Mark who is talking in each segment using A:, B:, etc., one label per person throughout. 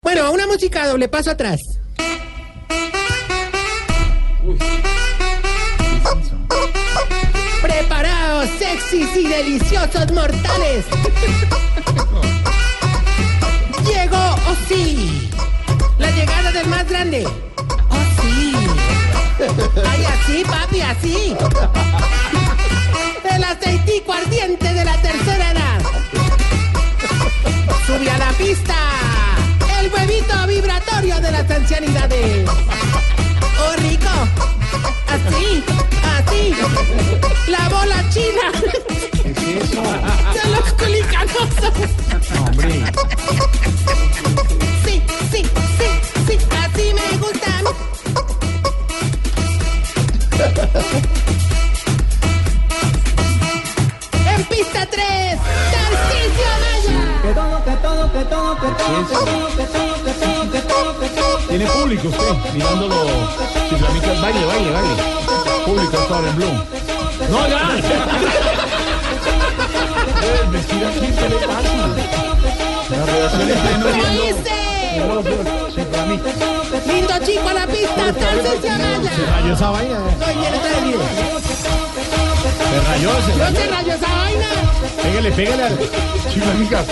A: Bueno, una música doble paso atrás. Preparados, sexys y deliciosos mortales. Llegó, oh sí, la llegada del más grande. Oh sí. Ay, así, papi, así. El aceitico ardiente de la tercera edad. Sube a la pista. El huevito vibratorio de las ancianidades. Oh, rico. Así, así. La bola china. De los culicanosos. Sí, sí, sí, sí. Así me gustan. En pista 3, Tarcisio Maya.
B: Que todo, que todo, que todo, que todo, que todo, que todo, que todo, que todo, que todo.
C: Tiene público usted, mirándolo. Chiflamica, baile, baile, baile. Público hasta ahora en Bloom. ¡No, ya! Eh, Vestir aquí, ¿qué le pasa? La relación está en
A: ¿Cómo
C: un
A: dice? Lindo chico a la pista, Tarcisio Maya.
C: Rayó esa vaina.
A: Soy bien atrevido.
C: Se rayó, se
A: ¿No
C: rayó.
A: se rayó esa vaina?
C: Pégale, pégale al Chiflamica.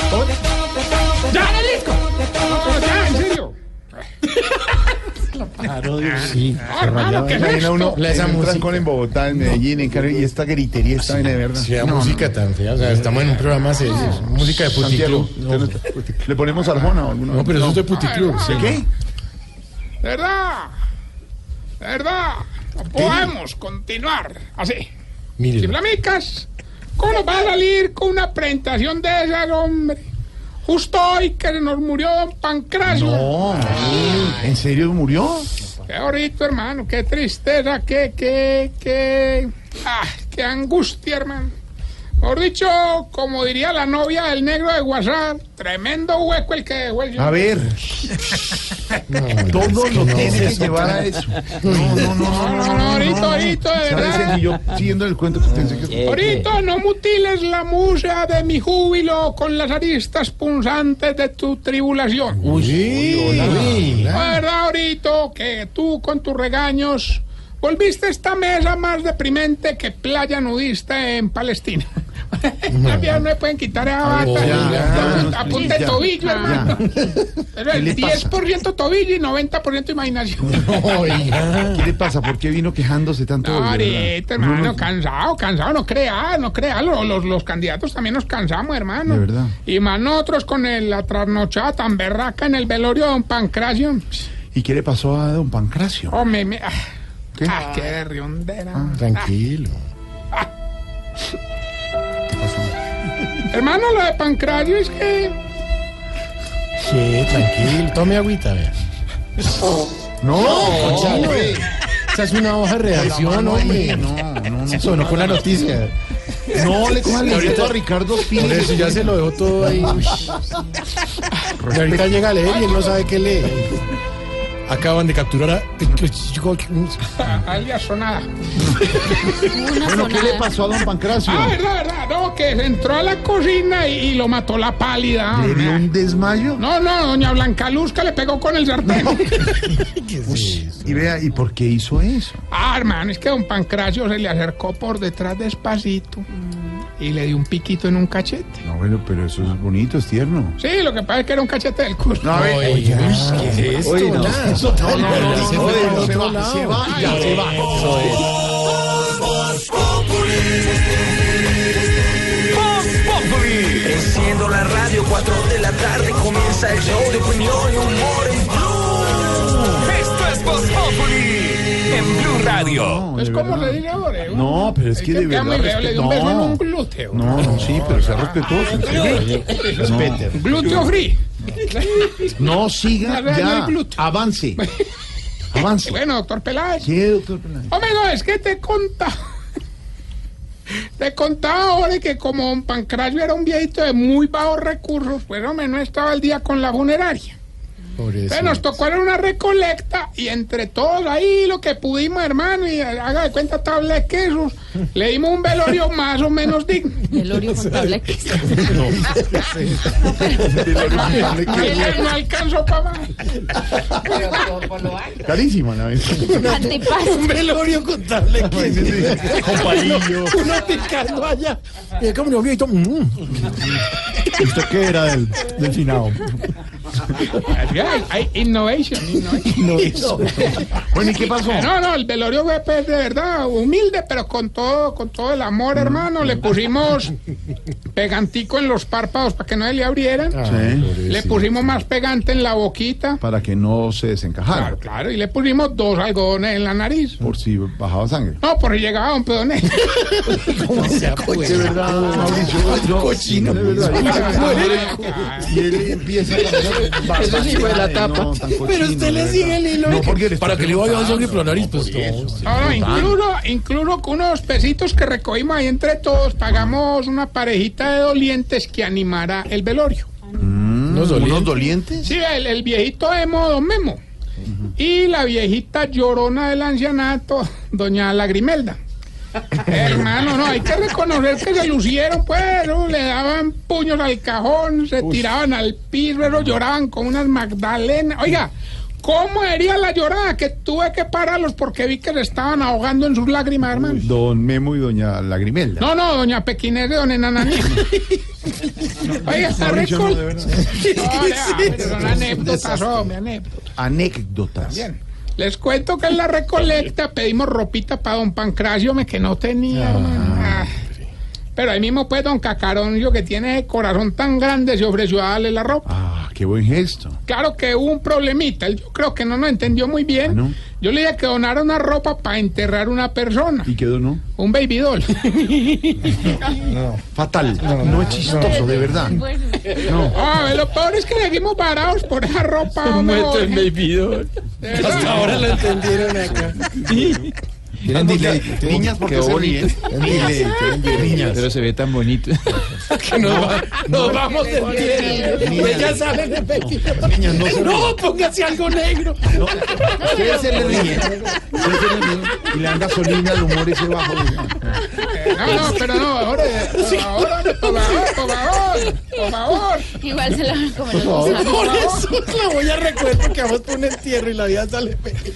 A: ¡Ya, Anelisco!
C: ¡Ya, en serio!
D: Sí,
C: Se imagina uno en un trancón en Bogotá, en Medellín, en Cali, y esta gritería está vaina de verdad.
D: sea música tan fea. O sea, estamos en un programa serio. Música de
C: Santiago,
D: puticlub.
C: usted no está- ¿le ponemos Arjona o alguno?
D: No, pero eso es de puticlub. sí.
C: ¿Qué?
E: ¿Verdad? ¿Verdad? No podemos continuar así.
D: Mire,
E: Chiflamicas, ¿cómo nos va a salir con una presentación de ese hombre? Justo hoy que se nos murió don Pancracio.
C: No. ¿En serio murió?
E: Qué horrito, hermano, qué tristeza, qué, qué, qué... Ah, qué angustia, hermano. Por dicho, como diría la novia del negro de WhatsApp, tremendo hueco el que dejó el...
C: A ver. Todo lo tiene que llevar a eso. No, no, no,
E: No, no, no, ahorita, ahorita, de
C: ¿Sabes?
E: verdad.
C: Y yo siguiendo el cuento que pensé que... eh.
E: Torito, no mutiles la musa de mi júbilo con las aristas punzantes de tu tribulación.
D: Sí.
C: Ah.
E: No es verdad, Orito, que tú con tus regaños volviste esta mesa más deprimente que playa nudista en Palestina. Todavía no me pueden quitar esa
C: ya,
E: bata.
C: ya,
E: Apunta- Apunta
C: ya.
E: el tobillo, hermano. Pero
C: ¿Qué
E: el
C: le pasa?
E: 10% tobillo y 90% imaginación.
D: Oiga.
C: ¿Qué le pasa? ¿Por qué vino quejándose tanto? hoy, de verdad?
E: Ahorita, este hermano, cansado, cansado, no crea, no crea, los, los, los candidatos también nos cansamos, hermano.
C: De verdad.
E: Y más nosotros con el- la trasnochada tan berraca en el velorio de Don Pancracio.
C: ¿Y qué le pasó a don Pancracio?
E: Oh, me, me- ah,
C: ¿Qué? Ah.
E: ah, qué derriondera.
D: Tranquilo.
E: Hermano, lo de Pancracio es que...
D: Sí, tranquilo. Tome agüita, vea.
C: No,
D: Chalo. Esa es una hoja de redacción, hombre.
C: no, no, no.
D: Sonó con la noticia.
C: No le cojan el
D: Ahorita-
C: a Ricardo
D: Por
C: Pires.
D: eso ya se lo dejó todo ahí. Y ahorita llega a leer y él no sabe qué lee. Acaban de capturar a.
E: ah, Alias sonada.
C: Bueno, ¿qué le pasó a don Pancracio?
E: Ah, verdad, verdad, no, que se entró a la cocina y, y lo mató la pálida.
C: ¿Le dio un desmayo?
E: No, no, doña Blanca Luzca le pegó con el sartén.
C: Y vea, ¿y por qué hizo eso?
E: Ah, hermano, es que don Pancracio se le acercó por detrás despacito y le dio un piquito en un cachete.
C: No, bueno, pero eso es bonito, es tierno.
E: Sí, lo que pasa es que era un cachete del culo.
C: No, a ver,
D: Oiga, ¿qué es esto? Nada. Se fue por
C: no, se
D: otro
C: va,
D: lado.
C: se va, ya se va.
F: Voz Populi. Enciendo la radio, 4 de la tarde comienza el show de opinión y humor en Blue. Esto es Voz Populi en Blue Radio.
C: No,
E: es
C: de
E: como
C: verdad.
E: le dije ahora. eh,
C: No, pero es
E: el
C: que de
E: queda muy
C: verdad
E: feo, Le dio un
C: respeto-
E: beso en
C: no.
E: un glúteo.
C: No, no, sí, pero sea respetuoso. en serio.
D: Respete.
E: Glúteo free.
C: No siga
E: Agarra
C: ya.
E: el glúteo.
C: Avance. Avance.
E: Bueno, doctor Peláez.
C: Sí, doctor Peláez.
E: Hombre, no, es que te conta. Te contaba ahora que como don Pancracio era un viejito de muy bajos recursos, pues hombre, no estaba al día con la funeraria. Entonces nos tocó en una recolecta y entre todos ahí lo que pudimos, hermano, y haga de cuenta tabla de quesos, le dimos un velorio más o menos digno.
G: Velorio con tabla de queso.
E: Ay, No alcanzó para más.
H: Carísima la vez.
G: Antipasto.
D: Un velorio con tabla de queso.
C: Con palillo.
D: Uno picando allá. Y el cómo lo vio y todo. mm.
H: ¿Usted qué era del, del finado?
E: Ay, ay, Innovation, innovation.
H: Bueno, ¿y qué pasó?
E: No, no, el velorio fue pues, de verdad humilde, pero con todo, con todo el amor, hermano. Le pusimos pegantico en los párpados para que no se le abrieran.
H: Sí, Ah,
E: Le pusimos más pegante en la boquita.
H: Para que no se desencajara.
E: Claro, claro. Y le pusimos dos algodones en la nariz.
H: Por si bajaba sangre.
E: No, por si llegaba un pedonel.
H: De verdad, Mauricio, yo- de verdad, yo- Y él empieza a Eso sí fue la tapa.
D: Pero usted le sigue el hilo.
H: No, porque le está
D: Para que le vaya a sobre por la nariz, pues no.
E: Ahora, incluso, incluso con unos pesitos que recogimos ahí entre todos, pagamos una parejita de dolientes que animara el velorio.
D: No es
H: Mm, ¿Unos
D: doliente.
H: dolientes?
E: Sí, el, el viejito emo, don Memo. Y la viejita llorona del ancianato, doña Lagrimelda. Hermano, no, hay que reconocer que se lucieron, pues, ¿no? le daban puños al cajón, se tiraban al piso, pero lloraban con unas magdalenas. Oiga, ¿cómo sería la llorada? Que tuve que pararlos porque vi que se estaban ahogando en sus lágrimas, hermano.
H: Don Memo y Doña Lagrimelda.
E: No, no, doña Pequinés de don Enananí. Oiga, está
H: Mauricio, no,
E: recol...
H: de verdad.
E: Ahora, pero son anécdotas, hombre, anécdotas.
H: Anécdotas.
E: Bien. Les cuento que en la recolecta pedimos ropita para don Pancracio, me que no tenía, hermano. Ah. Pero ahí mismo, pues, don Cacarón, yo que tiene ese corazón tan grande, se ofreció a darle la ropa.
H: Ah, qué buen gesto.
E: Claro que hubo un problemita, él yo creo que no nos entendió muy bien.
H: Ah, ¿no?
E: Yo le dije que donara una ropa para enterrar una persona,
H: Y quedó, ¿no?
E: un baby doll.
H: Fatal. No, es chistoso, de verdad.
E: Ah, lo peor es que seguimos varados por esa ropa, hombre.
D: Muerto el
E: Jorge.
D: baby doll.
E: De verdad.
D: Hasta ahora lo entendieron acá.
I: Tienen delay. tienen-
H: Niñas, porque
I: quedó
H: se
I: bonito.
H: ríen. Niñas.
I: Pero se ve tan bonito.
D: Que nos, va- nos vamos del video. Ellas salen de Pekín.
H: Niñas, no se ríen.
D: No, póngase algo negro.
H: Ustedes se le ríen. Ustedes se le ríen. Y le dan gasolina al humor ese bajo.
E: No, no, pero no, ahora, ahora, por favor, por favor, por favor.
G: Igual se la van a comer los gusanos.
D: Por eso la voy a recuerdo que vamos por un entierro y la vida sale Pekín.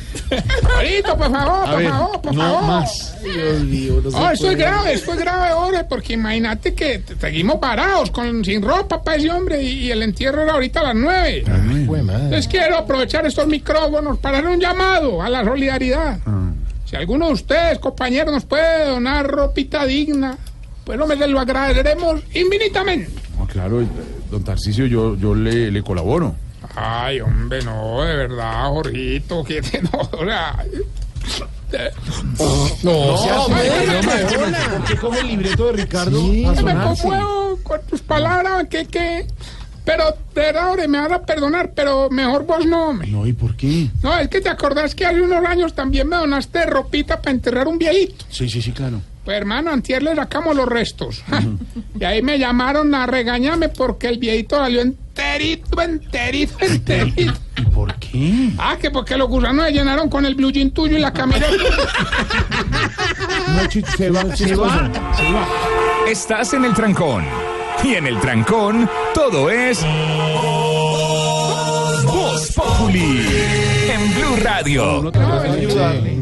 E: Ahorita, por favor, por favor, por
H: No
E: favor.
H: más.
D: Dios mío, no sé.
E: Oh, esto es grave, esto es grave ahora, porque imagínate que te- seguimos parados con, sin ropa para ese hombre y, y el entierro era ahorita a las nueve. Entonces quiero aprovechar estos micrófonos para dar un llamado a la solidaridad.
H: Ah.
E: Si alguno de ustedes, compañeros, nos puede donar ropita digna, pues hombre, se lo agradeceremos infinitamente.
H: No, claro, eh, don Tarcicio, yo, yo le, le colaboro.
E: Ay, hombre, no, de verdad, Jorgito, que te no, o sea,
D: No, se hace.
H: Porque coge el libreto de Ricardo a
E: me
H: sonar, sí.
E: conmuevo con tus palabras, que, que, pero de verdad, hombre, me van a perdonar, pero mejor vos no, hombre.
H: No, ¿y por qué?
E: No, es que te acordás que hace unos años también me donaste ropita para enterrar un viejito.
H: Sí, sí, sí, claro.
E: Pues hermano, antier le sacamos los restos. y ahí me llamaron a regañarme porque el viejito salió enterito, enterito, enterito.
H: ¿Y por qué?
E: ah, que porque los gusanos se llenaron con el blue jean tuyo y la camiseta.
H: Se va, se va.
J: Eh,
F: Estás en el trancón. Y en el trancón, todo es. Voz Populi. En Blue Radio.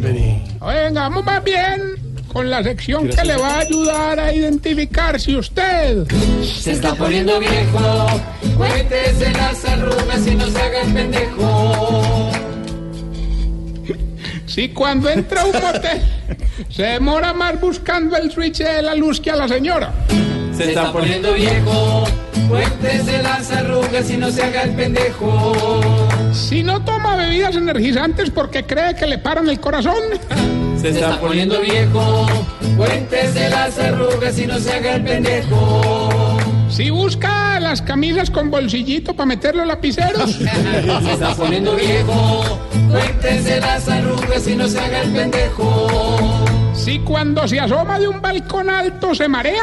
E: Venga, vamos más bien con la sección que le va a ayudar a identificar si usted...
B: Se está poniendo viejo, cuéntese las arrugas y no se haga el pendejo.
E: Si cuando entra un motel se demora más buscando el switch de la luz que a la señora.
B: Se está poniendo viejo, cuéntese las arrugas y no se haga el pendejo.
E: Si no toma bebidas energizantes porque cree que le paran el corazón.
B: Se está poniendo viejo, cuéntese las arrugas y no se haga el pendejo.
E: Si busca las camisas con bolsillito para meter los lapiceros.
B: Se está poniendo viejo, cuéntese las arrugas y no se haga el pendejo.
E: Si cuando se asoma de un balcón alto se marea.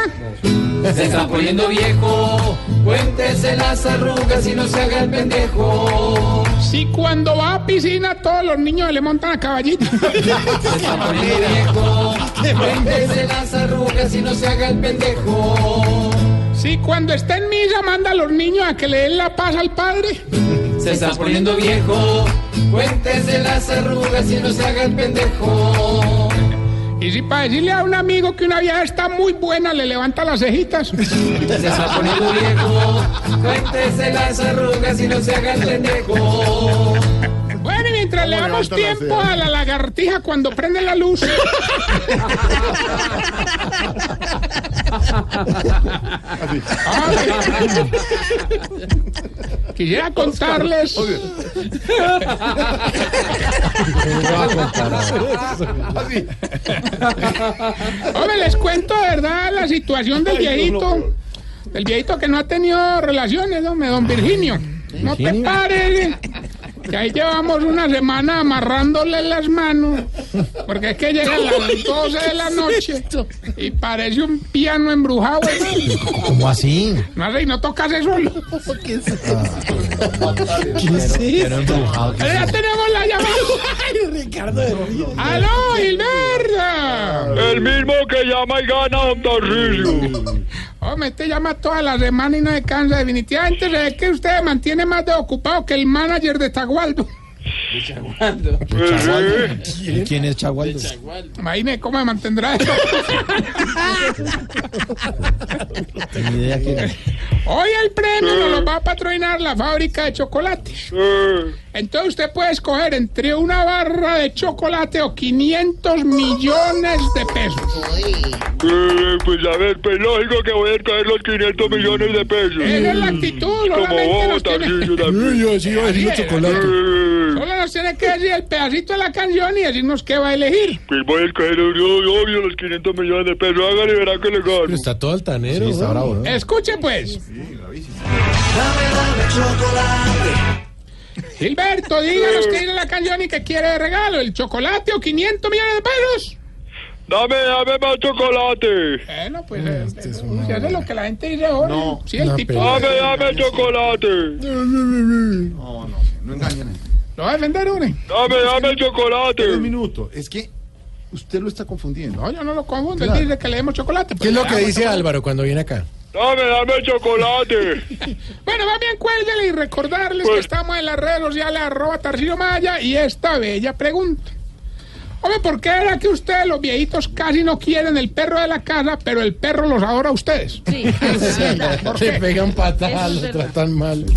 B: Se está poniendo viejo, cuéntese las arrugas y no se haga el pendejo.
E: Si Y cuando va a piscina, todos los niños le montan a caballito.
B: Está poniendo viejo. Cuéntese las arrugas y no se haga el pendejo.
E: Si cuando está en misa, manda a los niños a que le den la paz al padre.
B: Se está poniendo viejo. Cuéntese las arrugas y no se haga el pendejo.
E: Y si para decirle a un amigo que una vieja está muy buena, le levanta las cejitas.
B: Se está poniendo viejo. Cuéntese las arrugas y no se haga el pendejo.
E: Bueno, y mientras le damos
H: levanta las
E: tiempo a la lagartija cuando prende la luz. Quisiera contarles. Hombre, les cuento de verdad la situación del viejito. Del viejito que no ha tenido relaciones, hombre, don Virginio. No te pares. Que ahí llevamos una semana amarrándole las manos. Porque es que llega a las 12 de la noche y parece un piano embrujado. ¿eh?
D: ¿Cómo así?
E: No hace y no tocas eso solo. Ya tenemos la llamada. Ricardo ¡Aló, Hilberta!
J: El mismo que llama y gana Don Tarcisio.
E: Hombre, te llama toda la semana y no se cansa. Definitivamente se ve que usted mantiene más de ocupado que el manager de Tagualdo.
D: ¿Y ¿Quién es Chagualdo?
E: Imagínese cómo me mantendrá eso.
D: Ni idea quién es.
E: Hoy el premio nos lo va a patrocinar la fábrica de chocolates. Entonces usted puede escoger entre una barra de chocolate o 500 millones de pesos.
J: Eh, pues a ver, pues lógico que voy a caer los 500 millones de
E: Esa es
J: pesos.
E: la actitud.
J: Como
E: solamente
J: vos,
E: nos tiene-
J: Tarcisio, también.
D: Uy, yo sí iba a decir un chocolate.
J: Eh,
E: Solo nos tiene que decir el pedacito de la canción y decirnos qué va a elegir.
J: Pues voy a caer yo, obvio eh, los 500 millones de pesos. Hágale y verá que le
D: Pero
J: gano.
D: está todo altanero. güey.
E: Escuche pues. Gilberto, díganos qué dice la canción y qué quiere de regalo, el chocolate o 500 millones de pesos.
J: Dame, dame más chocolate.
E: Bueno, pues eh, se hace lo que la gente dice ahora. sí, el
D: no,
E: tipo
D: pero-
J: Dame, dame chocolate.
H: No engañen.
E: lo va a defender, hombre.
J: Dame, dame
H: Un
J: chocolate.
H: minuto. Es que usted lo está confundiendo.
E: No, yo no lo confundo.
H: Claro.
E: Él dice que le demos chocolate.
D: ¿Qué
E: pues,
D: es lo
E: le
D: que
E: damos
D: dice
E: chocolate.
D: Álvaro cuando viene acá?
J: Dame, dame chocolate.
E: Bueno, va bien, cuélguele y recordarles que
J: Pues-
E: estamos en las redes sociales arroba Tarcillo Maya y esta bella pregunta. Hombre, ¿por qué era que ustedes, los viejitos, casi no quieren el perro de la casa, pero el perro los adora a ustedes?
G: Sí.
D: Le pegan
G: Eso
D: patadas,
G: es
D: lo
G: verdad.
D: tratan mal.